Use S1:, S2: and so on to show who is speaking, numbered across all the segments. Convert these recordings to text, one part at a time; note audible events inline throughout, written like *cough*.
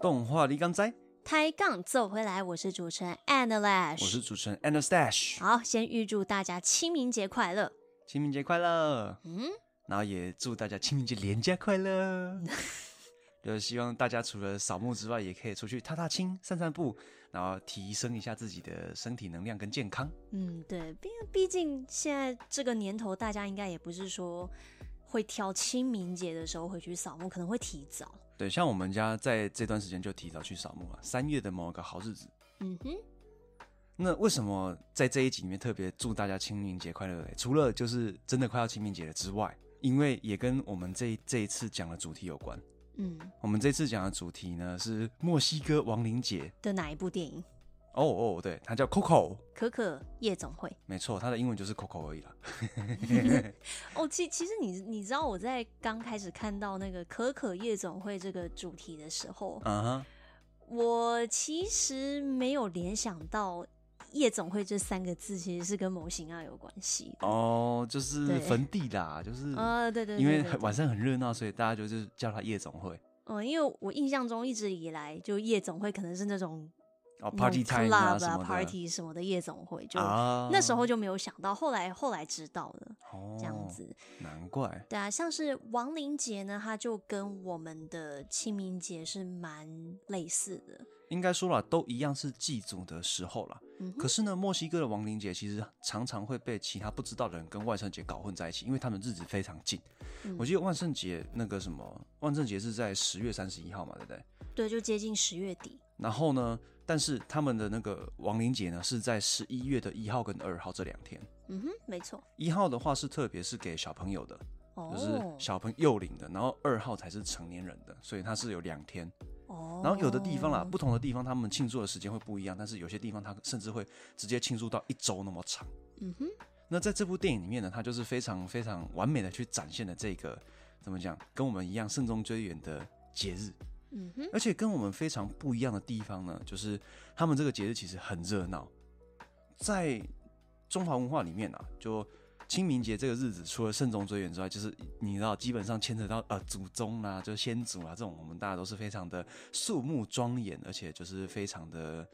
S1: 动画李刚仔，
S2: 抬杠走回来，我是主持人 Anna
S1: 我
S2: Lash。
S1: 是主持人 Anastash，
S2: 好，先预祝大家清明节快乐。
S1: 清明节快乐！
S2: 嗯，
S1: 然后也祝大家清明节连假快乐。就是希望大家除了扫墓之外，也可以出去踏踏青、散散步，然后提升一下自己的身体能量跟健康。
S2: 嗯，对，毕毕竟现在这个年头，大家应该也不是说会挑清明节的时候回去扫墓，可能会提早。
S1: 对，像我们家在这段时间就提早去扫墓了，三月的某个好日子。
S2: 嗯哼，
S1: 那为什么在这一集里面特别祝大家清明节快乐嘞？除了就是真的快要清明节了之外，因为也跟我们这一这一次讲的主题有关。
S2: 嗯，
S1: 我们这次讲的主题呢是墨西哥亡灵节。
S2: 的哪一部电影？
S1: 哦哦，对，它叫 Coco，
S2: 可可夜总会。
S1: 没错，它的英文就是 Coco 而已啦。
S2: 哦，其其实你你知道我在刚开始看到那个可可夜总会这个主题的时候，
S1: 啊哈，
S2: 我其实没有联想到夜总会这三个字其实是跟模型啊有关系的。
S1: 哦，就是
S2: 对
S1: 坟地啦，就是
S2: 呃，对对对
S1: 因为
S2: 对对
S1: 晚上很热闹，所以大家就是叫它夜总会
S2: 嗯，因为我印象中一直以来就夜总会可能是那种
S1: 哦
S2: 那
S1: ，party
S2: 种
S1: time
S2: club
S1: 啊什
S2: 啊、
S1: 么的
S2: party 什么的夜总会，就、
S1: 啊
S2: 那时候就没有想到，后来后来知道了
S1: 哦
S2: 这样，子。
S1: 难怪
S2: 对啊，像是亡灵节呢，它就跟我们的清明节是蛮类似的。
S1: 应该说啦，都一样是祭祖的时候啦。
S2: 嗯哼
S1: 可是呢，墨西哥的亡灵节其实常常会被其他不知道的人跟万圣节搞混在一起，因为他们日子非常近。
S2: 嗯
S1: 我记得万圣节那个什么，万圣节是在十月三十一号嘛，对不对？
S2: 对，就接近十月底。
S1: 然后呢，但是他们的那个亡灵节呢是在十一月的一号跟二号这两天。
S2: 嗯哼，没错。
S1: 一号的话是特别是给小朋友的，
S2: 哦，
S1: 就是小朋幼龄的，然后二号才是成年人的，所以它是有两天。
S2: 哦，
S1: 然后有的地方啦，不同的地方他们庆祝的时间会不一样，但是有些地方它甚至会直接庆祝到一周那么长。
S2: 嗯哼，
S1: 那在这部电影里面呢，它就是非常非常完美的去展现了这个怎么讲，跟我们一样慎终追远的节日。
S2: 嗯哼，
S1: 而且跟我们非常不一样的地方呢，就是他们这个节日其实很热闹，在中华文化里面啊，就清明节这个日子，除了慎终追远之外，就是你知道，基本上牵扯到呃祖宗啦、就是先祖啦、啊这种，我们大家都是非常的肃穆庄严，而且就是非常的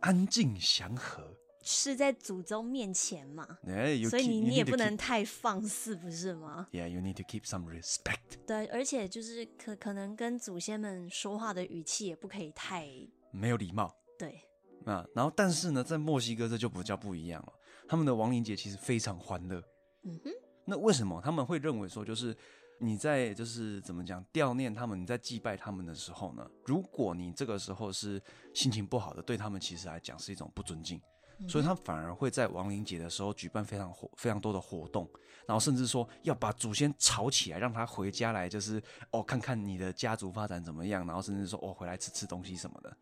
S1: 安静祥和。
S2: 是在祖宗面前嘛，
S1: 哎、y o u
S2: 所以
S1: keep-
S2: 你
S1: you
S2: 你也
S1: need to
S2: 不能
S1: keep-
S2: 太放肆，不是吗？
S1: Yeah, you need to keep some respect.
S2: 对，而且就是可可能跟祖先们说话的语气也不可以太
S1: 没有礼貌。
S2: 对，
S1: 啊，然后但是呢，在墨西哥这就不叫不一样了，他们的亡灵节其实非常欢乐。
S2: 嗯哼，
S1: 那为什么他们会认为说，就是你在就是怎么讲悼念他们，你在祭拜他们的时候呢，如果你这个时候是心情不好的，对他们其实来讲是一种不尊敬，
S2: 嗯
S1: 所以他反而会在亡灵节的时候举办非常活非常多的活动，然后甚至说要把祖先吵起来，让他回家来，就是哦看看你的家族发展怎么样，然后甚至说哦回来吃吃东西什么的。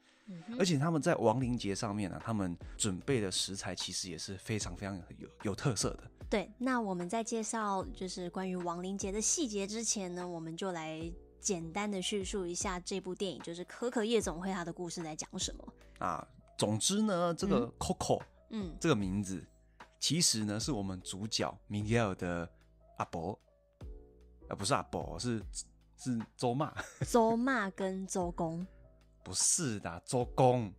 S1: 而且他们在亡灵节上面呢、他们准备的食材其实也是非常非常有有特色的。
S2: 对。那我们在介绍就是关于亡灵节的细节之前呢，我们就来。简单的叙述一下这部电影，就是《可可夜总会》它的故事在讲什么。
S1: 啊，总之呢，这个 Coco、
S2: 嗯，
S1: 这个名字，其实呢是我们主角 Miguel 的阿伯，啊不是阿伯，是是周骂， *laughs*
S2: 周骂跟周公，
S1: 不是的，啊周公，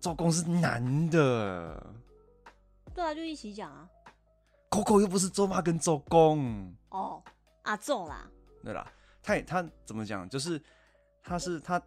S1: 周公是男的
S2: 对啊，就一起讲啊。
S1: ，Coco 又不是周骂跟周公，
S2: 哦，啊，揍啦，
S1: 对啦，他也他怎么讲，就是他是他。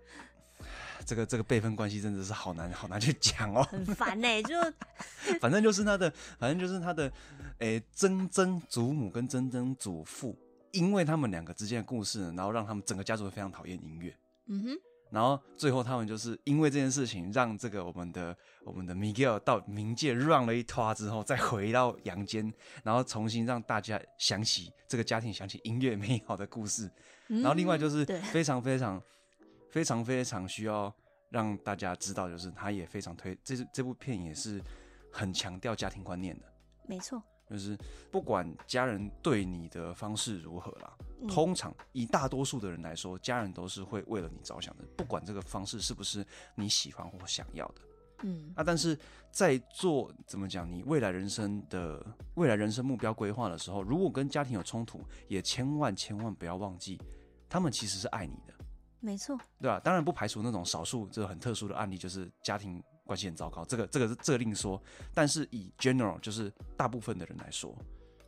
S1: 这个这个辈分关系真的是好难好难去讲哦，
S2: 很烦呢、就 *laughs*
S1: 反正就是他的，反正就是他的，诶、曾曾祖母跟曾曾祖父，因为他们两个之间的故事呢，然后让他们整个家族非常讨厌音乐，
S2: 嗯哼，
S1: 然后最后他们就是因为这件事情，让这个我们的我们的 Miguel 到冥界 run 了一趟之后，再回到阳间，然后重新让大家想起这个家庭，想起音乐美好的故事，然后另外就是
S2: 对
S1: 非常非常非常非常需要让大家知道，就是他也非常推这是这部片也是很强调家庭观念的，
S2: 嗯没错，
S1: 就是不管家人对你的方式如何啦，
S2: 嗯
S1: 通常以大多数的人来说，家人都是会为了你着想的，不管这个方式是不是你喜欢或想要的。
S2: 嗯
S1: 啊，但是在做怎么讲你未来人生的未来人生目标规划的时候，如果跟家庭有冲突，也千万千万不要忘记，他们其实是爱你的。
S2: 没错，
S1: 对吧、当然不排除那种少数这很特殊的案例，就是家庭关系很糟糕，这个这个是这另说。但是以 general 就是大部分的人来说，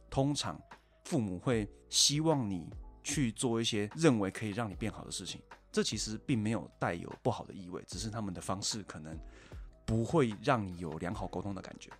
S1: 通常父母会希望你去做一些认为可以让你变好的事情，这其实并没有带有不好的意味，只是他们的方式可能不会让你有良好沟通的感觉。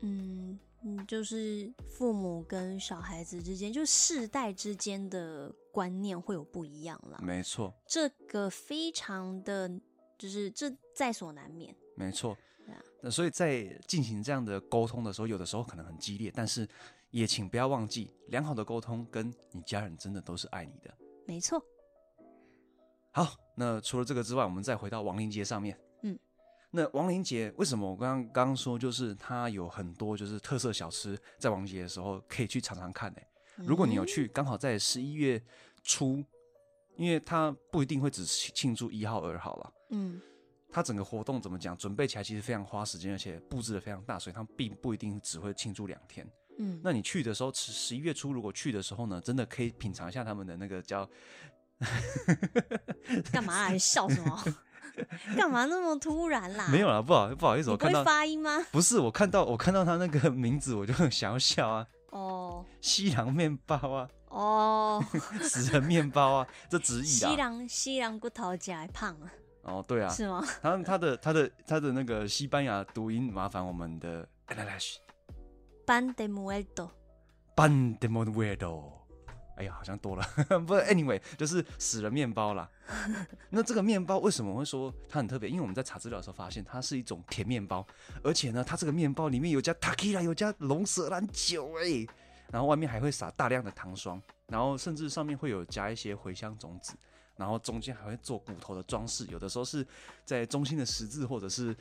S2: 嗯嗯，就是父母跟小孩子之间，就世代之间的观念会有不一样啦。
S1: 没错，
S2: 这个非常的，就是这在所难免。
S1: 没错
S2: 对啊。
S1: 那所以在进行这样的沟通的时候，有的时候可能很激烈，但是也请不要忘记，良好的沟通跟你家人真的都是爱你的。
S2: 没错，
S1: 好，那除了这个之外，我们再回到亡灵节上面。
S2: 嗯，
S1: 那亡灵节为什么我刚刚刚说，就是它有很多就是特色小吃，在亡灵节的时候可以去尝尝看、欸。如果你有
S2: 嗯
S1: 去，刚好在十一月初，因为它不一定会只庆庆祝一号、二号了。
S2: 嗯，
S1: 它整个活动怎么讲，准备起来其实非常花时间，而且布置的非常大，所以它并不一定只会庆祝两天。
S2: 嗯，
S1: 那你去的时候，十十一月初如果去的时候呢，真的可以品尝一下他们的那个叫
S2: 干嘛啊？你笑什么？ *laughs* 干嘛那么突然啦？
S1: 没，有啦，不好不好意思，
S2: 啊你
S1: 我
S2: 不
S1: 看
S2: 会
S1: 到
S2: 发音吗？
S1: 不是我看到我看到他那个名字我就很想要笑啊，
S2: 哦
S1: 西洋面包啊， *laughs*
S2: 哦，
S1: 死人面包啊，这直译
S2: 西
S1: 啊，
S2: 凉西凉骨头夹胖啊，
S1: 哦对啊，
S2: 是吗？
S1: 然后他的他的他的那个西班牙读音，麻烦我们的哎来来
S2: Pan de muerto，
S1: Ban de m o n u e d o 哎呀，好像多了， *laughs* 不是，anyway，就是死人面包啦。那这个面包为什么会说它很特别？因为我们在查资料的时候发现，它是一种甜面包，而且呢，它这个面包里面有加 t a k i l a 有加龙舌兰酒哎、然后外面还会撒大量的糖霜，然后甚至上面会有加一些茴香种子，然后中间还会做骨头的装饰，有的时候是在中心的十字，或者是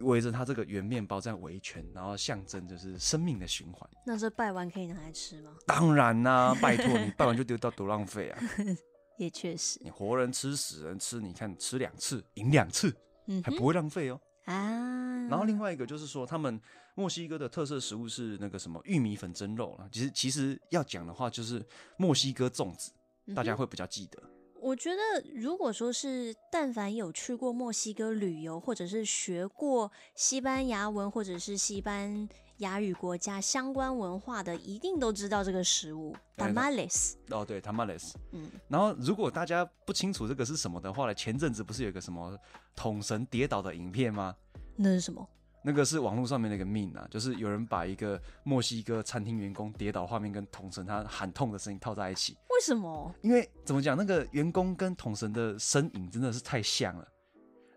S1: 围着它这个圆面包这样围一圈，然后象征就是生命的循环。
S2: 那这拜完可以拿来吃吗？
S1: 当然啦、拜托你拜完就丢掉多浪费啊！ *laughs*
S2: 也确实，
S1: 你活人吃，死人吃，你看吃两次赢两次，
S2: 嗯
S1: 还
S2: 哼
S1: 不会浪费哦。
S2: 啊，
S1: 然后另外一个就是说，他们墨西哥的特色食物是那个什么玉米粉蒸肉啦。其实其实要讲的话，就是墨西哥粽子，大家会比较记得。
S2: 我觉得，如果说是但凡有去过墨西哥旅游，或者是学过西班牙文或者是西班牙语国家相关文化的，一定都知道这个食物
S1: 对的
S2: tamales。
S1: 哦，对，tamales。
S2: 嗯，
S1: 然后如果大家不清楚这个是什么的话呢，前阵子不是有一个什么桶神跌倒的影片吗？
S2: 那是什么？
S1: 那个是网络上面的一个 meme 啊，就是有人把一个墨西哥餐厅员工跌倒画面跟童神他喊痛的声音套在一起，
S2: 为什么？
S1: 因为怎么讲，那个员工跟童神的身影真的是太像了，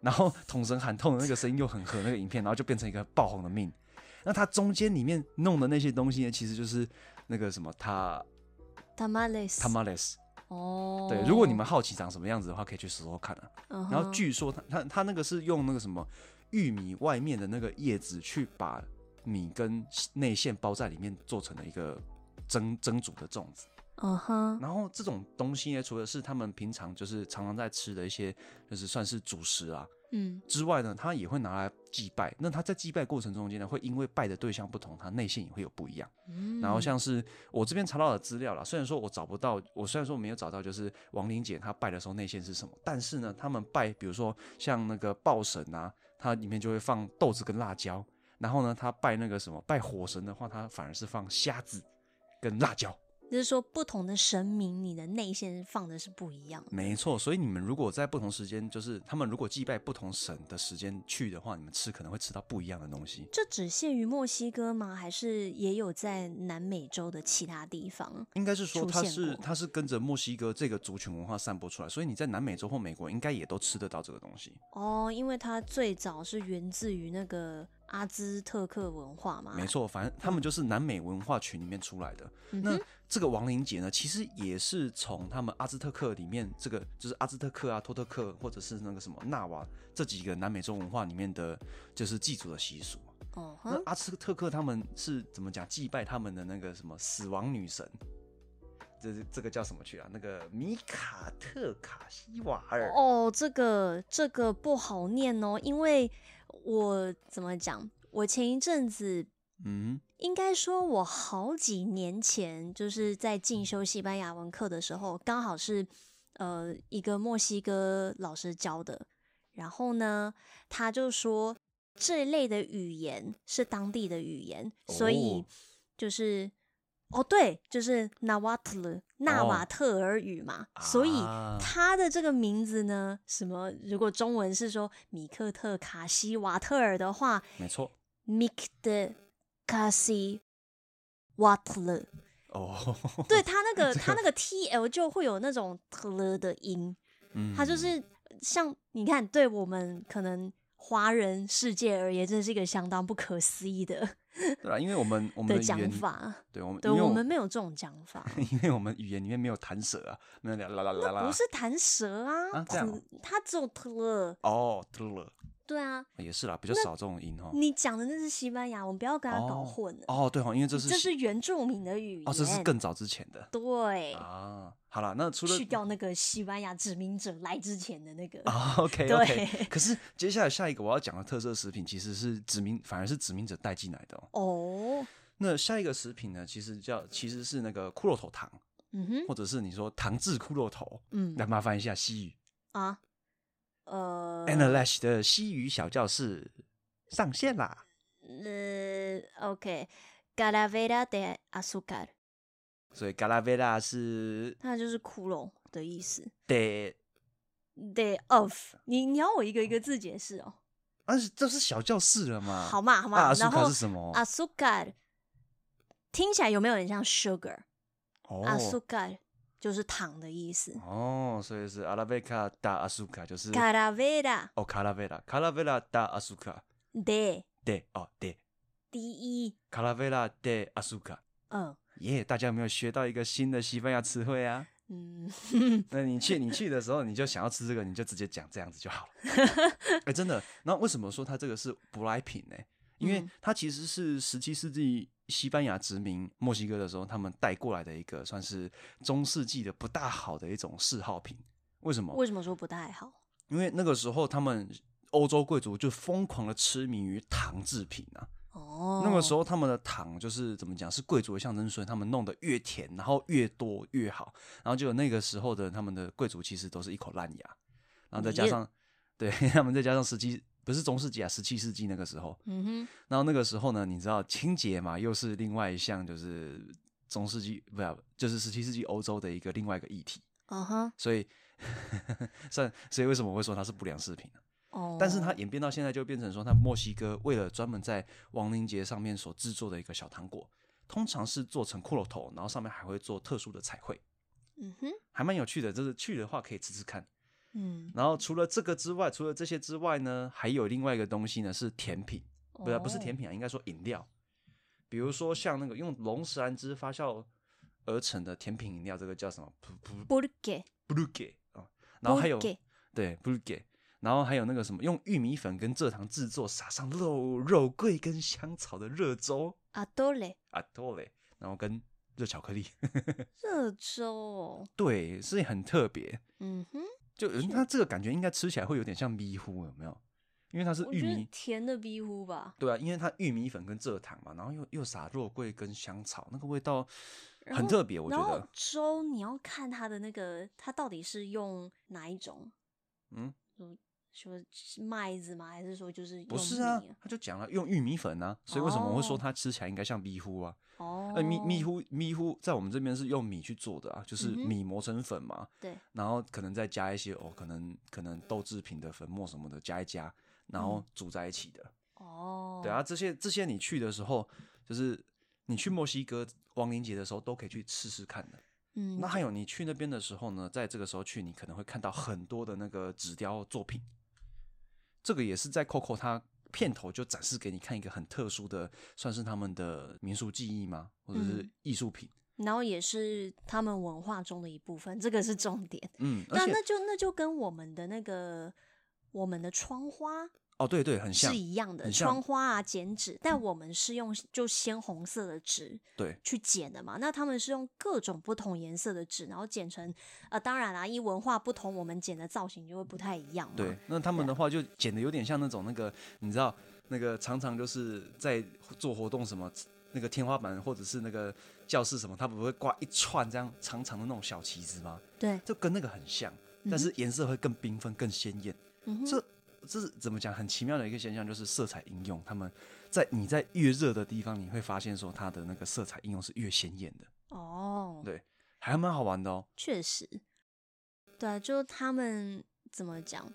S1: 然后童神喊痛的那个声音又很合那个影片，然后就变成一个爆红的 meme。那它中间里面弄的那些东西呢，其实就是那个什么他
S2: tamales。
S1: tamales。
S2: 哦，
S1: 对，如果你们，好奇长什么样子的话，可以去搜搜看啊。
S2: 嗯哼、
S1: 然后据说他他他那个是用那个什么玉米外面的那个叶子去把米跟内馅包在里面做成了一个蒸蒸煮的粽子。
S2: 嗯哼，
S1: 然后这种东西呢，除了是他们平常就是常常在吃的一些就是算是主食啊
S2: 嗯
S1: 之外呢，他也会拿来祭拜。那他在祭拜过程中间呢，会因为拜的对象不同，它内馅也会有不一样。
S2: 嗯，
S1: 然后像是我这边查到的资料啦，虽然说我找不到，我虽然说没有找到，就是王玲姐她拜的时候内线是什么，但是呢，他们拜，比如说像那个报神啊，它里面就会放豆子跟辣椒，然后呢，他拜那个什么拜火神的话，他反而是放虾子跟辣椒。
S2: 就是说不同的神明，你的内线放的是不一样的。
S1: 没错，所以你们如果在不同时间，就是他们如果祭拜不同神的时间去的话，你们吃可能会吃到不一样的东西。
S2: 这只限于墨西哥吗？还是也有在南美洲的其他地方？
S1: 应该是说
S2: 出
S1: 它
S2: 现
S1: 是
S2: 过
S1: 它是跟着墨西哥这个族群文化散播出来，所以你在南美洲或美国应该也都吃得到这个东西。
S2: 哦，因为它最早是源自于那个阿兹特克文化嘛。
S1: 没错，反正他们就是南美文化群里面出来的。
S2: 嗯
S1: 那
S2: 哼，
S1: 这个亡灵节呢，其实也是从他们阿兹特克里面，这个就是阿兹特克啊、托特克或者是那个什么纳瓦这几个南美洲文化里面的，就是祭祖的习俗。
S2: 哦
S1: 那
S2: 哼，
S1: 阿兹特克他们是怎么讲祭拜他们的那个什么死亡女神？这是这个叫什么去啊？那个米卡特卡西瓦尔。
S2: 哦，这个这个不好念哦，因为我怎么讲？我前一阵子
S1: 嗯，
S2: 应该说，我
S1: 嗯
S2: 好几年前就是在进修西班牙文课的时候，刚好是呃一个墨西哥老师教的，然后呢，他就说这类的语言是当地的语言，所
S1: 哦
S2: 以就是。哦，对，就是纳瓦特尔纳
S1: 哦
S2: 瓦特尔语嘛，所以
S1: 啊
S2: 他的这个名字呢，什么？如果中文是说米克特卡西瓦特尔的话
S1: 没错。
S2: ，Mik de 卡西瓦特勒，
S1: 哦， *laughs*
S2: 对，他那个他那个 T L 就会有那种特勒的音，
S1: 嗯
S2: 他就是像你看，对我们可能华人世界而言，这是一个相当不可思议的
S1: 对啊，因为我们我们
S2: 的
S1: 的语
S2: 讲
S1: 言，
S2: 法。
S1: 对我们，
S2: 对
S1: 因为
S2: 我们没有这种讲法，
S1: *laughs* 因为我们语言里面没有弹舌啊，那啦啦啦啦啦，
S2: 不是弹舌啊
S1: 啊这样哦，
S2: 他只有特勒，
S1: 哦，嘟了，
S2: 对啊，
S1: 也是啦，比较少这种音哦。
S2: 你讲的那是西班牙文，不要跟他搞
S1: 哦
S2: 混了。
S1: 哦，对哦，因为这是
S2: 这
S1: 西
S2: 是原住民的语言，
S1: 哦，这是更早之前的
S2: 对，
S1: 啊。好啦，那除了
S2: 去掉那个西班牙殖民者来之前的那个，
S1: 啊，OK
S2: 对
S1: OK，可是接下来下一个我要讲的特色食品其实是殖民，反而是殖民者带进来的哦。
S2: 哦，
S1: 那下一个食品呢，其实叫其实是那个骷髅头糖，
S2: 嗯哼，
S1: 或者是你说糖制骷髅头，来
S2: 嗯
S1: 麻烦一下西语。
S2: 啊，呃，
S1: Anna Lash 的西语小教室上线啦！
S2: 呃，OK，calavera de azúcar，
S1: 所以 Galavera 是
S2: 它就是骷髅的意思
S1: de，
S2: ，de of，你你要我一个一个字解释哦，
S1: 但啊是这是小教室了嘛？
S2: 好嘛好
S1: 啊
S2: 嘛，然
S1: ，Asuka
S2: 后
S1: 是什么？
S2: azúcar 听起来有没有很像 sugar？azúcar
S1: 哦
S2: 就是糖的意思
S1: 哦，所以是 Alavera da Asuka 就是
S2: ，calavera
S1: 哦 Calavera Calavera da Asuka
S2: de
S1: de 哦 de
S2: d e，
S1: Calavera de Asuka
S2: 嗯。
S1: 耶大家有没有学到一个新的西班牙词汇啊？
S2: 嗯，
S1: 那你去你去的时候，你就想要吃这个，你就直接讲这样子就好了。哎、真的。那为什么说它这个是舶来品呢？因为
S2: 嗯
S1: 它其实是十七世纪西班牙殖民墨西哥的时候，他们带过来的一个算是中世纪的不大好的一种嗜好品。为什么？
S2: 为什么说不太好？
S1: 因为那个时候他们欧洲贵族就疯狂的痴迷于糖制品啊。
S2: 哦，
S1: 那个时
S2: 候，
S1: 候他们的糖就是怎么讲，是贵族的象征，所以他们弄得越甜，然后越多越好。然后就有那个时候的他们的贵族其实都是一口烂牙，然后再加上对 *laughs* 他们再加上十七不是中世纪啊，十七世纪那个时候，
S2: 嗯
S1: 然后那个时候呢，你知道清洁嘛，又是另外一项就是中世纪不要就是十七世纪欧洲的一个另外一个议题，
S2: 哼，啊哈，
S1: 所以 *laughs* 算所以为什么我会说它是不良食品呢？
S2: 哦，
S1: 但是它演变到现在就变成说，它墨西哥为了专门在亡灵节上面所制作的一个小糖果，通常是做成骷髅头，然后上面还会做特殊的彩绘，
S2: 嗯哼，
S1: 还蛮有趣的。就是去的话可以吃吃看。
S2: 嗯，
S1: 然后除了这个之外，除了这些之外呢，还有另外一个东西呢是甜品，不是、不是甜
S2: 品，
S1: 品啊，应该说饮料，比如说像那个用龙舌兰汁发酵而成的甜品饮料，这个叫什么？布布
S2: 布鲁给，
S1: 布鲁给啊，然后还有
S2: Pulque
S1: 对 b u l g e 然后还有那个什么，用玉米粉跟蔗糖制作，撒上肉、肉桂跟香草的热粥
S2: 阿多雷
S1: 啊，多嘞，然后跟热巧克力， *laughs*
S2: 热粥哦，
S1: 对，是很特别。
S2: 嗯哼，
S1: 就它这个感觉应该吃起来会有点像迷糊，有没有？因为它是
S2: 我
S1: 玉
S2: 觉得
S1: 米，
S2: 甜的逼乎吧，
S1: 对啊，因为它玉米粉跟蔗糖嘛，然后又又撒肉桂跟香草，那个味道
S2: 然
S1: 很
S2: 后
S1: 特别，我觉
S2: 然后
S1: 得。
S2: 粥你要看它的那个，它到底是用哪一种？
S1: 嗯，
S2: 说是麦子吗？还是说就是
S1: 不
S2: 用
S1: 是啊
S2: 米，
S1: 他就讲了用玉米粉啊，所以为什么我会说
S2: 哦
S1: 它吃起来应该像迷糊啊？
S2: 哦，
S1: 呃，米米糊米糊在我们这边是用米去做的啊，就是
S2: 嗯哼
S1: 米磨成粉嘛，
S2: 对，
S1: 然后可能再加一些哦，可能可能豆制品的粉末什么的加一加，然后
S2: 嗯
S1: 煮在一起的。
S2: 哦，
S1: 对啊，，这些这些你去的时候，就是你去墨西哥亡灵节的时候都可以去试试看的。
S2: 嗯，
S1: 那还有你去那边的时候呢，在这个时候去，你可能会看到很多的那个纸雕作品，这个也是在 Coco 它。片头就展示给你看一个很特殊的，算是他们的民俗技艺吗？或者是
S2: 嗯
S1: 艺术品？
S2: 然后也是他们文化中的一部分，这个是重点。
S1: 嗯，而
S2: 那
S1: 且
S2: 那就那就跟我们的那个我们的窗花
S1: 哦，对对，很像
S2: 是，一样的，
S1: 很像嗯
S2: 窗花啊剪纸，但我们是用就鲜红色的纸
S1: 对，
S2: 去剪的嘛。那他们是用各种不同颜色的纸，然后剪成呃，当然啦，因文化不同，我们剪的造型就会不太一样嘛。
S1: 对，，那他们的话就剪的有点像那种那个，你知道那个常常就是在做活动什么那个天花板或者是那个教室什么，它不会挂一串这样长长的那种小旗子吗？
S2: 对，
S1: 就跟那个很像，但是颜色会更缤纷、更鲜艳。
S2: 嗯哼，
S1: 这这是怎么讲？很奇妙的一个现象，就是色彩应用。他们在你在越热的地方，你会发现说它的那个色彩应用是越鲜艳的，
S2: 哦，
S1: 对还蛮好玩的哦。
S2: 确实，对啊，就他们怎么讲，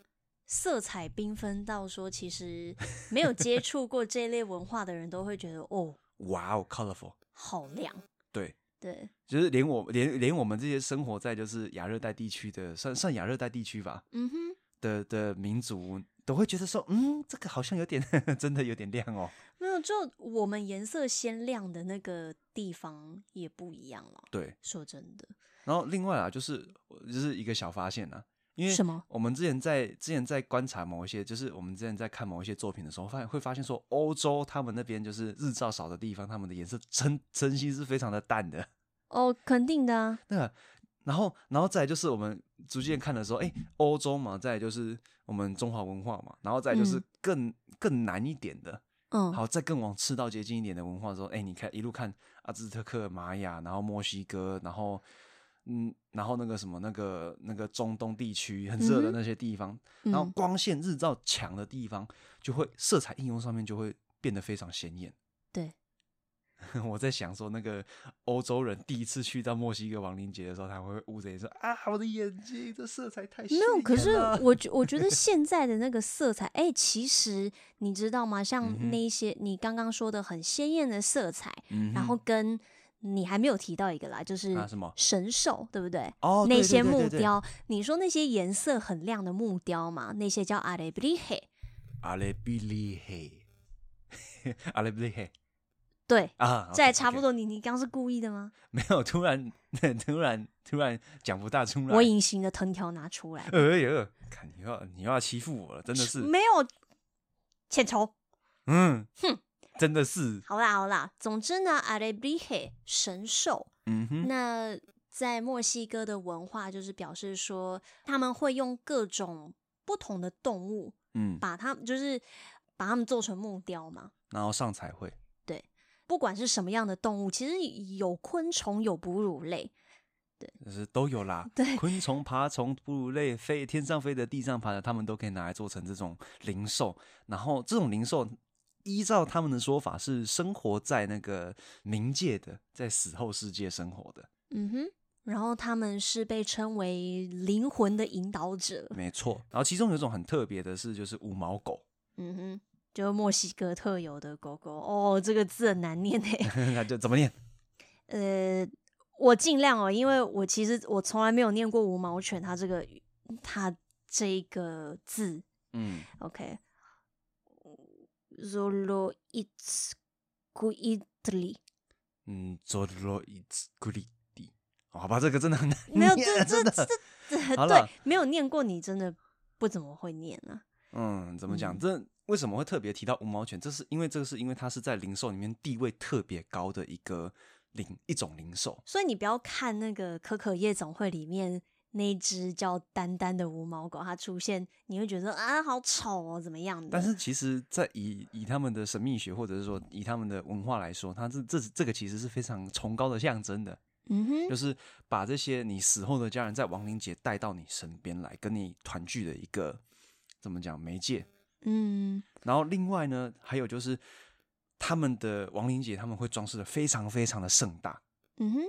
S2: 色彩缤纷到说，其实没有接触过这类文化的人都会觉得哦，
S1: 哇哦，colorful，
S2: 好亮。
S1: 对。
S2: 对，
S1: 就是连我连连我们这些生活在就是亚热带地区的，算算亚热带地区吧
S2: 嗯哼，
S1: 的的民族，都会觉得说，嗯，这个好像有点 *laughs* 真的有点亮哦。
S2: 没有，就我们颜色鲜亮的那个地方也不一样了。
S1: 对，
S2: 说真的，
S1: 然后另外啊，就是就是一个小发现啊，因为
S2: 什么
S1: 我们之前在之前在观察某一些，就是我们之前在看某一些作品的时候，发现会发现说，欧洲他们那边就是日照少的地方，他们的颜色真真心是非常的淡的。
S2: 哦，肯定的啊，
S1: 那然后然后再来就是我们逐渐看的时候，哎，欧洲嘛，再来就是我们中华文化嘛，然后再来就是
S2: 嗯
S1: 更、更难一点的，
S2: 嗯，
S1: 好，再更往赤道接近一点的文化的时候，哎，你看一路看阿兹特克、玛雅，然后墨西哥，然后嗯，然后那个什么那个那个中东地区很热的
S2: 嗯哼
S1: 那些地方，然后
S2: 嗯，
S1: 光线日照强的地方，就会色彩应用上面就会变得非常鲜艳。
S2: 对，
S1: *laughs* 我在想说，那个欧洲人第一次去到墨西哥亡灵节的时候，他会捂着眼说：“啊，我的眼睛，这色彩太
S2: 没有，
S1: 鲜
S2: 可
S1: 艳
S2: 是
S1: *laughs* 了
S2: 我觉我觉得现在的那个色彩，哎、其实你知道吗？
S1: 嗯
S2: 像
S1: 哼
S2: 那一些你刚刚说的很鲜艳的色彩，
S1: 嗯哼
S2: 然后跟你还没有提到一个啦，就是
S1: 啊什么
S2: 神兽，对不对？
S1: 哦，
S2: 那
S1: 对
S2: 些木，
S1: 对对对对
S2: 雕，你说那些颜色很亮的木雕嘛，那些叫阿雷布利黑，
S1: 阿雷比利嘿，阿雷比利嘿
S2: 对，
S1: 啊，
S2: 这还
S1: OK，
S2: 差不
S1: OK
S2: 多。你你刚是故意的吗？
S1: 没有，突然突然突然讲不大出来。
S2: 我隐形的藤条拿出来，
S1: 哎呦，看你又要你又要欺负我了，真的是，
S2: 没有欠抽。
S1: 嗯，
S2: 哼，
S1: 真的是，
S2: 好啦好啦，总之呢，阿雷布利黑神兽，
S1: 嗯哼，
S2: 那在墨西哥的文化就是表示说，他们会用各种不同的动物，
S1: 嗯，
S2: 把它就是把它们做成木雕嘛。
S1: 然后上彩绘，
S2: 不管是什么样的动物，其实有昆虫，有哺乳类，
S1: 就是都有啦，
S2: 对
S1: 昆虫、爬虫、哺乳类、飞天上飞的、地上爬的，他们都可以拿来做成这种零售。然后这种零售，依照他们的说法是生活在那个冥界的，在死后世界生活的，
S2: 嗯哼。然后他们是被称为灵魂的引导者，
S1: 没错。然后其中有一种很特别的是，就是五毛狗， *laughs*
S2: 嗯哼，就是墨西哥特有的狗狗。哦，这个字很难念诶。
S1: 那就怎么念？
S2: *laughs* 呃，我尽量哦，因为我其实我从来没有念过无毛犬，它这个它这个字
S1: 嗯，
S2: OK。Zolo its g u i d l i
S1: 嗯，佐罗伊兹古里蒂。哦好吧，这个真的很难念，
S2: 没有这这
S1: *laughs* 真
S2: 这
S1: 的。
S2: 这
S1: 好
S2: 对
S1: 了，
S2: 没有念过你真的不怎么会念啊。
S1: 嗯，怎么讲？
S2: 嗯
S1: 这为什么会特别提到五毛犬？这是因为这个是因为它是在零售里面地位特别高的一个零一种零售。
S2: 所以你不要看那个可可夜总会里面那一只叫丹丹的无毛狗，它出现，你会觉得啊好丑哦，怎么样的？
S1: 但是其实，在以以他们的神秘学，或者是说以他们的文化来说，它这这这个其实是非常崇高的象征的，
S2: 嗯哼，
S1: 就是把这些你死后的家人在亡灵节带到你身边来，跟你团聚的一个怎么讲媒介。
S2: 嗯，
S1: 然后另外呢，还有就是他们的亡灵节，他们会装饰的非常非常的盛大，
S2: 嗯哼，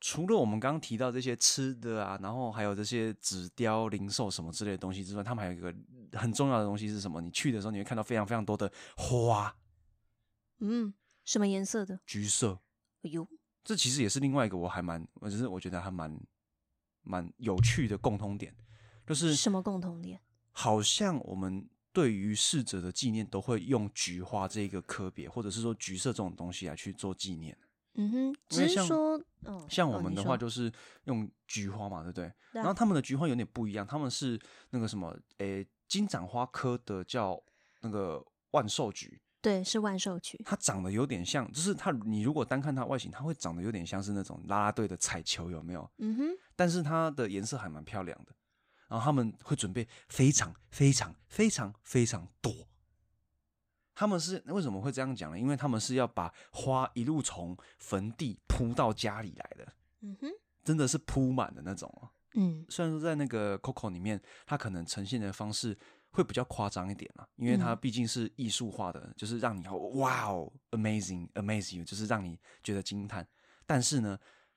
S1: 除了我们刚刚提到这些吃的啊，然后还有这些纸雕、零售什么之类的东西之外，他们还有一个很重要的东西是什么？你去的时候你会看到非常非常多的花，
S2: 嗯，什么颜色的？
S1: 橘色。
S2: 哎呦，
S1: 这其实也是另外一个我还蛮，我只是我觉得还蛮蛮有趣的共通点，就是
S2: 什么共同点？
S1: 好像我们对于逝者的纪念都会用菊花这个科别，或者是说橘色这种东西来去做纪念。
S2: 嗯哼，
S1: 因为
S2: 只是
S1: 像
S2: 说，嗯，
S1: 像
S2: 哦
S1: 我们
S2: 你
S1: 的话
S2: 说
S1: 就是用菊花嘛，对不对？
S2: 对
S1: 然
S2: 啊
S1: 后他们的菊花有点不一样，他们是那个什么，诶，金盏花科的叫那个万寿菊，
S2: 对是万寿菊，
S1: 它长得有点像，就是它你如果单看它外形，它会长得有点像是那种啦啦队的彩球，有没有？
S2: 嗯哼，
S1: 但是它的颜色还蛮漂亮的。然后他们会准备非常非常非常非常多，他们是为什么会这样讲呢？因为他们是要把花一路从坟地铺到家里来的，
S2: 嗯哼，
S1: 真的是铺满的那种哦。
S2: 嗯
S1: 虽然说在那个 Coco 里面，它可能呈现的方式会比较夸张一点啊，因为它
S2: 嗯
S1: 毕竟是艺术化的，就是让你哇哦，amazing amazing you，就是让你觉得惊叹。但是呢，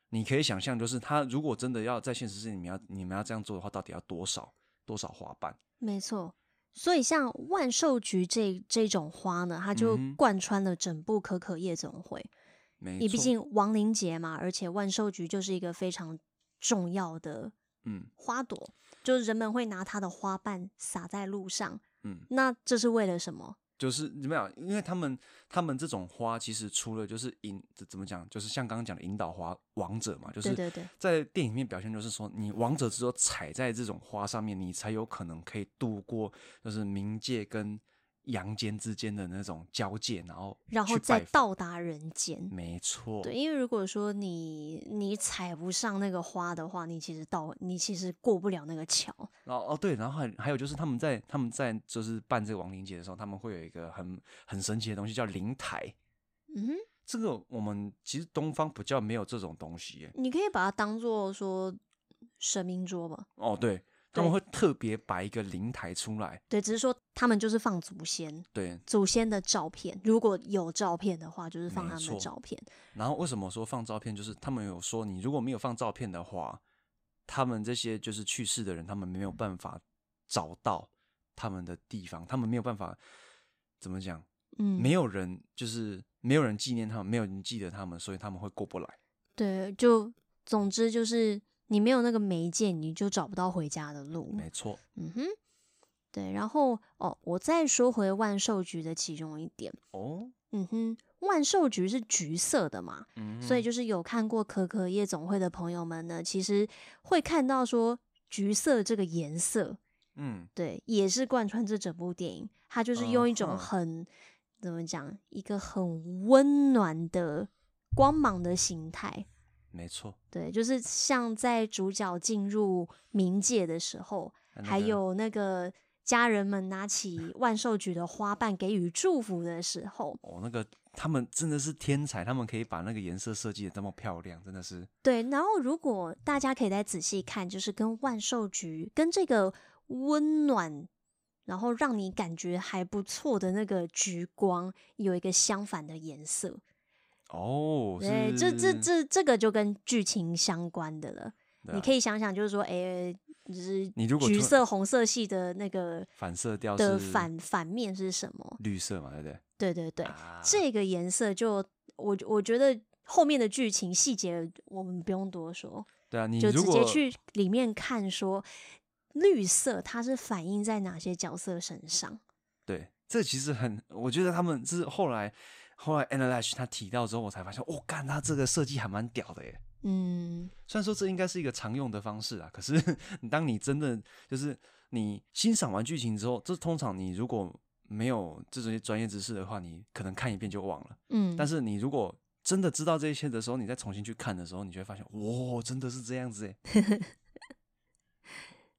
S1: 你可以想象，就是它如果真的要在现实世界里面要你们要这样做的话，到底要多少多少花瓣？
S2: 没错。所以像万寿菊这这种花呢，它就
S1: 嗯哼
S2: 贯穿了整部可可夜总会。
S1: 没
S2: 你
S1: 错，
S2: 毕竟亡灵节嘛，而且万寿菊就是一个非常重要的
S1: 嗯
S2: 花朵，就是人们会拿它的花瓣撒在路上。
S1: 嗯，
S2: 那这是为了什么？
S1: 就是怎么样？因为他们他们这种花，其实除了就是引怎怎么讲，就是像刚刚讲的引导花王者嘛，就
S2: 对
S1: 是
S2: 对对
S1: 在电影里面表现就是说，你王者只有踩在这种花上面，你才有可能可以度过就是冥界跟阳间之间的那种交界，然后
S2: 然后
S1: 去
S2: 再
S1: 拜访。
S2: 到达人间。
S1: 没错，
S2: 对，因为如果说你你踩不上那个花的话，你其实到你其实过不了那个桥。
S1: 然后哦对，然后还还有就是他们在他们在就是办这个亡灵节的时候，他们会有一个很很神奇的东西叫灵台。
S2: 嗯哼，
S1: 这个我们其实东方比较没有这种东西耶。
S2: 你可以把它当做说神明桌吧。
S1: 哦，对，他
S2: 对
S1: 们会特别摆一个灵台出来，
S2: 对，只是说他们就是放祖先
S1: 对。
S2: 祖先的照片，如果有照片的话，就是放
S1: 没
S2: 他们的
S1: 错
S2: 照片。
S1: 然后为什么说放照片？就是他们有说，你如果没有放照片的话，他们这些就是去世的人，他们没有办法找到他们的地方，他们没有办法怎么讲？
S2: 嗯，
S1: 没有人就是没有人纪念他们，没有人记得他们，所以他们会过不来。
S2: 对，就总之就是你没有那个媒介，你就找不到回家的路。
S1: 没错，
S2: 嗯哼，对。然后哦，我再说回万寿菊的其中一点，
S1: 哦，
S2: 嗯哼，万寿菊是橘色的嘛，
S1: 嗯，
S2: 所以就是有看过可可夜总会的朋友们呢，其实会看到说橘色这个颜色，
S1: 嗯，
S2: 对，也是贯穿这整部电影，它就是用一种
S1: 嗯哼
S2: 很、怎么讲，一个很温暖的光芒的形态。
S1: 没错，
S2: 对，就是像在主角进入冥界的时候，
S1: 那
S2: 还
S1: 个
S2: 有那个家人们拿起万寿菊的花瓣给予祝福的时候，
S1: 哦，那个他们真的是天才，他们可以把那个颜色设计的这么漂亮，真的是
S2: 对。然后，如果大家可以再仔细看，就是跟万寿菊跟这个温暖，然后让你感觉还不错的那个橘光有一个相反的颜色。
S1: 哦，
S2: 对，这这
S1: 是
S2: 这这个就跟剧情相关的了。
S1: 对
S2: 你
S1: 啊
S2: 可以想想，就是说，哎，就是
S1: 你如果
S2: 橘
S1: 突
S2: 色、红色系的那个
S1: 反射调
S2: 的
S1: 哦是
S2: 反反面是什么？
S1: 绿色嘛，对不对？
S2: 对对对，
S1: 啊
S2: 这个颜色就我我觉得后面的剧情细节我们不用多说，
S1: 对啊，你
S2: 就
S1: 如
S2: 直
S1: 果
S2: 接去里面看说绿色它是反映在哪些角色身上。
S1: 对，这其实很，我觉得他们是后来后来 a n a l y s h 他提到之后，我才发现，哦，干，他这个设计还蛮屌的耶。
S2: 嗯，
S1: 虽然说这应该是一个常用的方式啊，可是 *laughs* 当你真的就是你欣赏完剧情之后，这通常你如果没有这些专业知识的话，你可能看一遍就忘了。
S2: 嗯，
S1: 但是你如果真的知道这些的时候，你再重新去看的时候，你就会发现，哇，真的是这样
S2: *laughs*
S1: 子哎。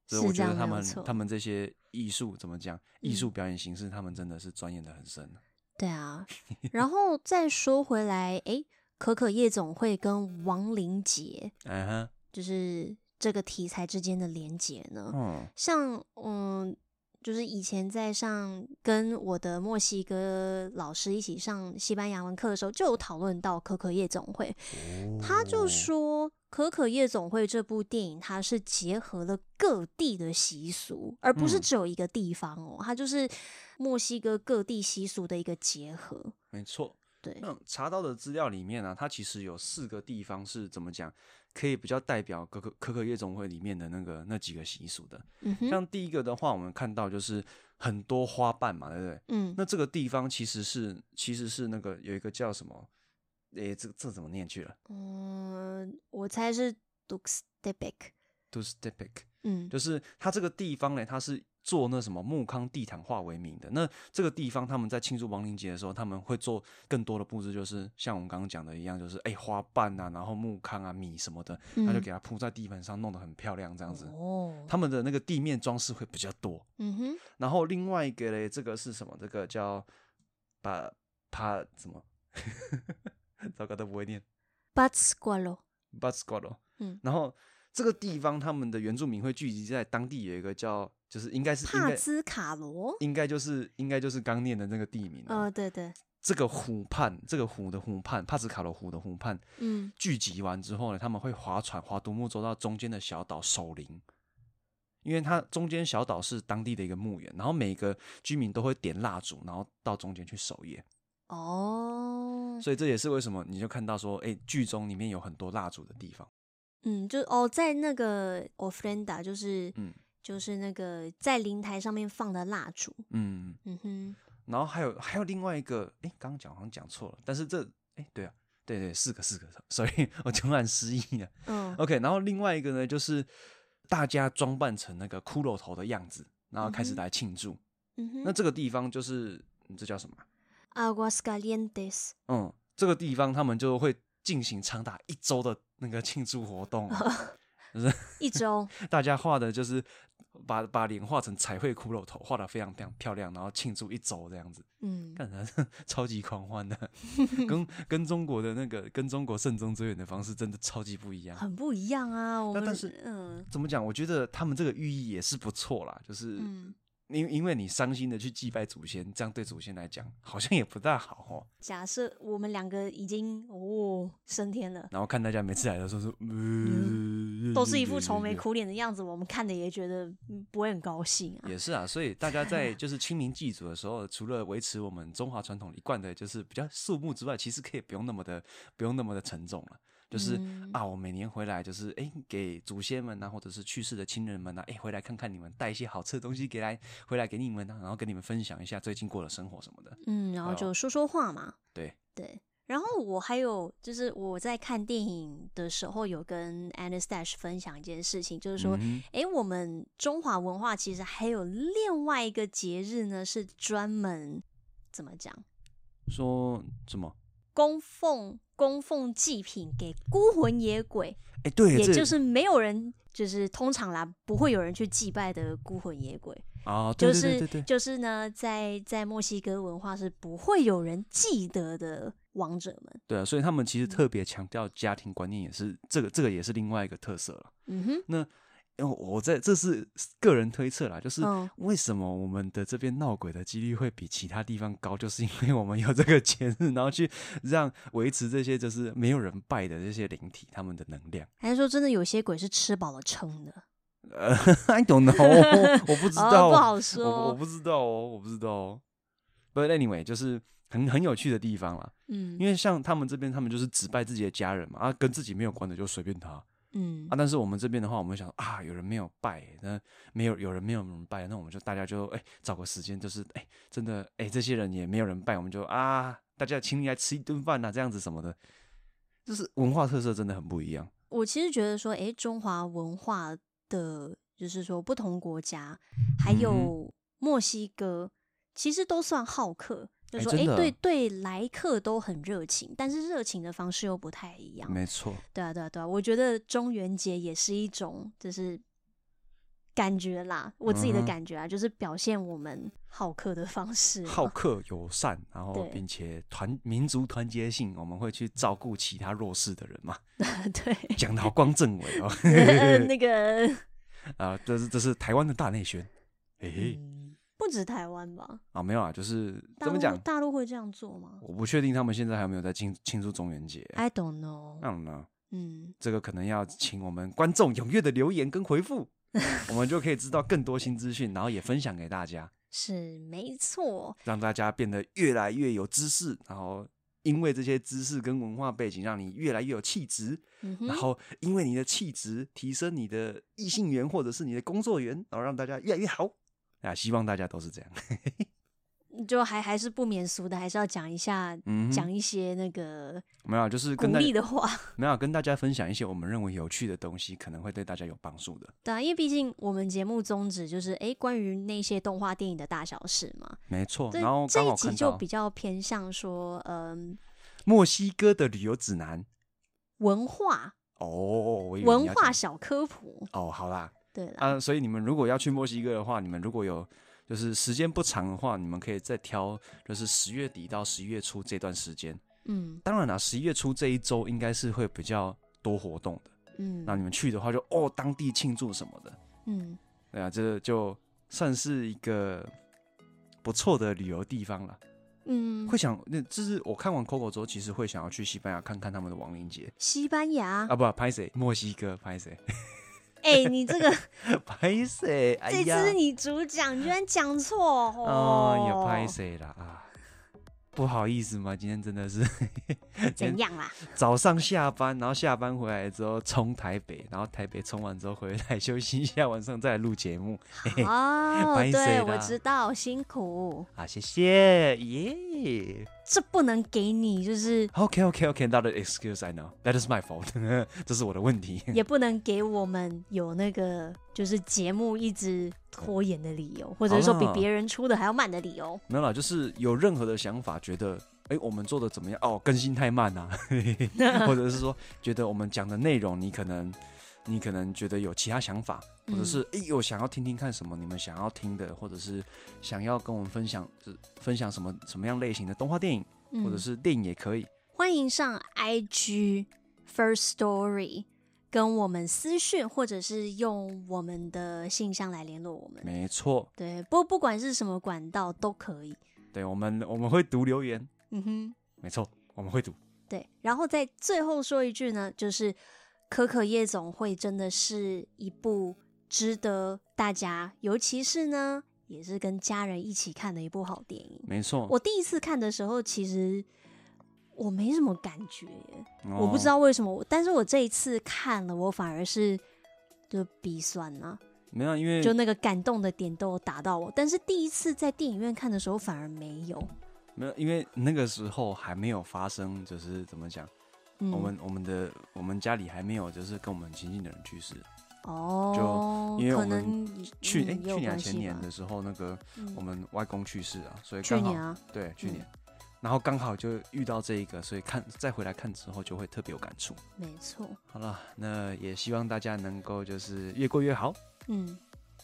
S1: 所以
S2: 是
S1: 我
S2: 这
S1: 觉得
S2: 样
S1: 他
S2: 没有
S1: 们
S2: 错
S1: 他们这些艺术怎么讲，艺
S2: 嗯
S1: 术表演形式，他们真的是钻研的很深啊。
S2: 对
S1: *laughs*
S2: 啊，然后再说回来，诶，可可夜总会跟亡灵节
S1: 嗯
S2: 就是这个题材之间的连结呢，
S1: 哼，
S2: 像嗯，就是以前在上跟我的墨西哥老师一起上西班牙文课的时候，就有讨论到可可夜总会。
S1: 嗯，
S2: 他就
S1: 哦
S2: 说，《可可夜总会》这部电影，它是结合了各地的习俗，而不是
S1: 嗯
S2: 只有一个地方哦，它就是墨西哥各地习俗的一个结合。
S1: 没错。
S2: 对，
S1: 那查到的资料里面啊，它其实有四个地方是怎么讲，可以比较代表可可可可夜总会里面的那个那几个习俗的。
S2: 嗯哼，
S1: 像第一个的话，我们看到就是很多花瓣嘛，对不对？
S2: 嗯，
S1: 那这个地方其实是其实是那个有一个叫什么？诶、这这怎么念去了
S2: 嗯，我猜是 Dux d e b e c
S1: t u s t e p i c
S2: 嗯，
S1: 就是它这个地方呢，它是做那什么木糠地毯化为名的。那这个地方他们在庆祝亡灵节的时候，他们会做更多的布置，就是像我们刚刚讲的一样，就是诶、花瓣啊，然后木糠啊、米什么的，他就
S2: 嗯
S1: 给它铺在地板上，弄得很漂亮这样子。
S2: 哦，
S1: 他们的那个地面装饰会比较多。
S2: 嗯哼，
S1: 然后另外一个嘞，这个是什么？这个叫把帕怎么， *laughs* 糟糕都不会念
S2: b a t s q u a l o
S1: b a t s q u a d o
S2: 嗯，
S1: 然后这个地方他们的原住民会聚集在当地有一个叫，就是应该是应
S2: 帕
S1: 该
S2: 兹卡罗，
S1: 应该就是应该就是刚念的那个地名、啊，
S2: 呃，对对，
S1: 这个湖畔，这个湖的湖畔，帕斯卡罗湖的湖畔，
S2: 嗯，
S1: 聚集完之后呢，他们会划船划独木舟到中间的小岛守灵，因为它中间小岛是当地的一个墓园，然后每个居民都会点蜡烛，然后到中间去守夜，
S2: 哦，
S1: 所以这也是为什么你就看到说，哎，剧中里面有很多蜡烛的地方，
S2: 嗯，就哦，在那个哦 ofrenda 就是
S1: 嗯
S2: 就是那个在灵台上面放的蜡烛，
S1: 嗯，
S2: 嗯哼，
S1: 然后还有还有另外一个，哎，刚刚讲好像讲错了，但是这，哎，对啊，对对，四个四个，所以 *laughs* 我突然失忆了。
S2: 嗯
S1: OK，然后另外一个呢，就是大家装扮成那个骷髅头的样子，然后开始
S2: 嗯哼
S1: 来庆祝。
S2: 嗯
S1: 那
S2: 哼
S1: 这个地方就是嗯这叫什么啊？
S2: ，Aguascalientes，
S1: 嗯，这个地方他们就会进行长达一周的那个庆祝活动啊、
S2: *laughs* 一周，
S1: 大家画的就是把把脸画成彩绘骷髅头，画的非常非常漂亮，然后庆祝一周这样子，
S2: 嗯，
S1: 看起来是超级狂欢
S2: *laughs*
S1: 的，跟跟中国的那个跟中国慎终追远的方式真的超级不一样。
S2: 很不一样啊，我
S1: 但
S2: 们
S1: 但是
S2: 嗯
S1: 怎么讲？我觉得他们这个寓意也是不错啦，就是
S2: 嗯，
S1: 因因为你伤心的去祭拜祖先，这样对祖先来讲好像也不大好哦。
S2: 假设我们两个已经哦升天了。
S1: 然后看大家每次来的时候说，嗯
S2: 都是一副愁眉，苦脸的样子，我们看的也觉得嗯不会很高兴啊。
S1: 也是啊。所以大家
S2: *laughs*
S1: 在就是清明祭祖的时候，除了维持我们中华传统一贯的就是比较肃穆之外，其实可以不用那么的不用那么的沉重了。就是、
S2: 嗯
S1: 啊，我每年回来就是哎、给祖先们啊，或者是去世的亲人们啊，哎、回来看看你们，带一些好吃的东西给来回来给你们啊，然后跟你们分享一下最近过的生活什么的。
S2: 嗯，然后
S1: 哦
S2: 就说说话嘛。
S1: 对
S2: 对，然后我还有就是我在看电影的时候，有跟 Anastash 分享一件事情，就是说，
S1: 嗯
S2: 诶，我们中华文化其实还有另外一个节日呢，是专门怎么讲
S1: 说什么？
S2: 供奉供奉祭品给孤魂野鬼，
S1: 哎、对，
S2: 也
S1: 这
S2: 就是没有人。就是通常啦，不会有人去祭拜的孤魂野鬼，
S1: 啊，对
S2: 就
S1: 对对
S2: 是
S1: 对对，
S2: 就是呢，在在墨西哥文化是不会有人记得的王者们。
S1: 对啊，所以他们其实
S2: 嗯
S1: 特别强调家庭观念，也是这个这个也是另外一个特色了。
S2: 嗯哼，
S1: 因为我在这是个人推测啦，就是
S2: 嗯
S1: 为什么我们的这边闹鬼的几率会比其他地方高，就是因为我们有这个节日，然后去让维持这些就是没有人拜的这些灵体他们的能量。
S2: 还是说真的有些鬼是吃饱了撑的？
S1: 呃，I don't
S2: *laughs*
S1: know，我不知道，
S2: 哦、不好
S1: 我不我
S2: 说。
S1: 不知道哦，我不知道哦。But anyway，就是很很有趣的地方啦。
S2: 嗯
S1: 因为像他们这边，他们就是只拜自己的家人嘛，啊，跟自己没有关的就随便他啊。
S2: 嗯
S1: 但是我们这边的话，我们想啊，有人没有拜，那没有有人没有人拜，那我们就大家就哎、找个时间，就是哎、真的哎、这些人也没有人拜，我们就啊大家请你来吃一顿饭呐、啊这样子什么的，就是文化特色真的很不一样。
S2: 我其实觉得说，诶，中华文化的，就是说不同国家，还
S1: 嗯
S2: 有墨西哥，其实都算好客，就
S1: 诶
S2: 说，
S1: 真
S2: 诶，
S1: 的啊
S2: 对对，来客都很热情，但是热情的方式又不太一样。
S1: 没错，
S2: 对啊，对啊，对啊，我觉得中元节也是一种，就是感觉啦，我自己的
S1: 嗯哼
S2: 感觉啊，就是表现我们好客的方式啊。
S1: 好客友善，然后
S2: 对
S1: 并且团民族团结性，我们会去照顾其他弱势的人
S2: *laughs*
S1: 嘛，
S2: 啊
S1: *laughs*
S2: 对，
S1: 讲的好光正伟
S2: *laughs*
S1: 哦。 *laughs*
S2: 呃那个
S1: 啊，这是这是台湾的大内宣，嘿嘿
S2: 嗯，不止台湾吧？
S1: 啊，没有啊，就是
S2: 大
S1: 怎么
S2: 陆
S1: 讲，
S2: 大陆会这样做吗
S1: 我不确定他们现在还有没有在庆庆祝中元节。
S2: ？I don't know。
S1: 那我呢，
S2: 嗯，
S1: 这个可能要请我们观众踊跃的留言跟回
S2: *laughs*
S1: 复，我们就可以知道更多新资讯，然后也分享给大家，
S2: 是没错。
S1: 让大家变得越来越有知识，然后因为这些知识跟文化背景，让你越来越有气质，
S2: 嗯
S1: 然
S2: 哼，
S1: 后因为你的气质提升你的异性缘或者是你的工作缘，然后让大家越来越好。啊，希望大家都是这样。
S2: 就还还是不免俗的，还是要讲一下，
S1: 嗯哼，
S2: 讲一些那个
S1: 没有，啊就是
S2: 鼓
S1: 跟大家
S2: 励的话。 *laughs*
S1: 没有跟大家分享一些我们认为有趣的东西，可能会对大家有帮助的。
S2: 对啊，因为毕竟我们节目宗旨就是，诶，关于那些动画电影的大小事嘛。
S1: 没错，
S2: 对
S1: 哦然后
S2: 这
S1: 刚
S2: 一
S1: 好
S2: 集
S1: 看
S2: 就
S1: 到
S2: 比较偏向说，嗯，
S1: 墨西哥的旅游指南
S2: 文化
S1: 哦，我以为你
S2: 文
S1: 要
S2: 化
S1: 讲
S2: 小科普，
S1: 哦，好啦
S2: 对啦，
S1: 啊，所以你们如果要去墨西哥的话，你们如果有就是时间不长的话，你们可以再挑，就是十月底到十一月初这段时间。
S2: 嗯
S1: 当然啦，十一月初这一周应该是会比较多活动的。
S2: 嗯
S1: 那你们去的话就，哦当地庆祝什么的，
S2: 嗯，
S1: 对啊，这就算是一个不错的旅游地方了。
S2: 嗯，
S1: 会想，那这是我看完 Coco 之后，其实会想要去西班牙看看他们的亡灵节
S2: 西班牙，
S1: 啊，不，拍谁？墨西哥拍谁？
S2: 哎、你这个、
S1: *laughs* 拍谁？哎
S2: 这
S1: 呀，
S2: 次你主讲居然讲错
S1: *laughs* 哦，有拍
S2: 思，
S1: 谁啦啊？不好意思嘛，今天真的 *laughs* 是
S2: 怎
S1: *laughs*
S2: 样啦？
S1: 早上下班，然后下班回来之后冲台北，然后台北冲完之后回来休息一下，晚上再来录节目
S2: 哦，
S1: 拍谁
S2: 对，
S1: 啦
S2: 我知道，辛苦，
S1: 啊，谢谢耶。
S2: 这不能给你，就是。
S1: OK OK OK，not an excuse I know that is my fault，这 *laughs* 是我的问题。
S2: 也不能给我们有那个就是节目一直拖延的理由，或者是说比
S1: 啊
S2: 别人出的还要慢的理由。
S1: 没有啦，就是有任何的想法，觉得哎、诶我们做的怎么样？哦，更新太慢
S2: *laughs*
S1: 啊， *laughs* 或者是说觉得我们讲的内容，你可能你可能觉得有其他想法，或
S2: 嗯
S1: 者是哎、诶我想要听听看什么你们想要听的，或者是想要跟我们分享是分享什么什么样类型的动画电影，或者
S2: 嗯
S1: 是电影也可以。
S2: 欢迎上 IG First Story 跟我们私讯，或者是用我们的信箱来联络我们。
S1: 没错，
S2: 对，不不管是什么管道都可以。
S1: 对我们我们会读留言，
S2: 嗯哼，
S1: 没错，我们会读。
S2: 对。然后再最后说一句呢，就是《可可夜总会》真的是一部值得大家，尤其是呢，也是跟家人一起看的一部好电影。
S1: 没错，
S2: 我第一次看的时候，其实我没什么感觉耶。我不知
S1: 哦，
S2: 道为什么，我但是我这一次看了，我反而是就鼻酸啊，
S1: 没有，因为
S2: 就那个感动的点都有打到我。但是第一次在电影院看的时候，反而没有。
S1: 没有，因为那个时候还没有发生，就是怎么讲。
S2: 嗯，
S1: 我们我们的我们家里还没有就是跟我们亲近的人去世。
S2: 哦，
S1: 因为我
S2: 可
S1: 们
S2: 能
S1: 去
S2: 嗯
S1: 哎、
S2: 也有
S1: 去年还
S2: 关
S1: 前
S2: 系
S1: 年
S2: 吧
S1: 的时候，那个
S2: 嗯
S1: 我们外公去世啊，所以
S2: 去
S1: 刚好
S2: 年啊，
S1: 对去年，然后刚好就遇到这一个，所以看再回来看之后就会特别有感触。
S2: 没错，
S1: 好了，那也希望大家能够就是越过越好。
S2: 嗯。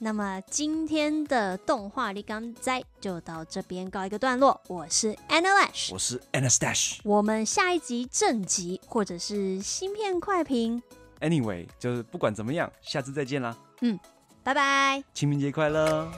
S2: 那么今天的动画力刚哉就到这边告一个段落，我是 Anna Lash，
S1: 我是 Anastash。
S2: 我们下一集正集或者是芯片快评，
S1: Anyway，就是不管怎么样，下次再见啦，
S2: 拜拜。
S1: 清明节快乐。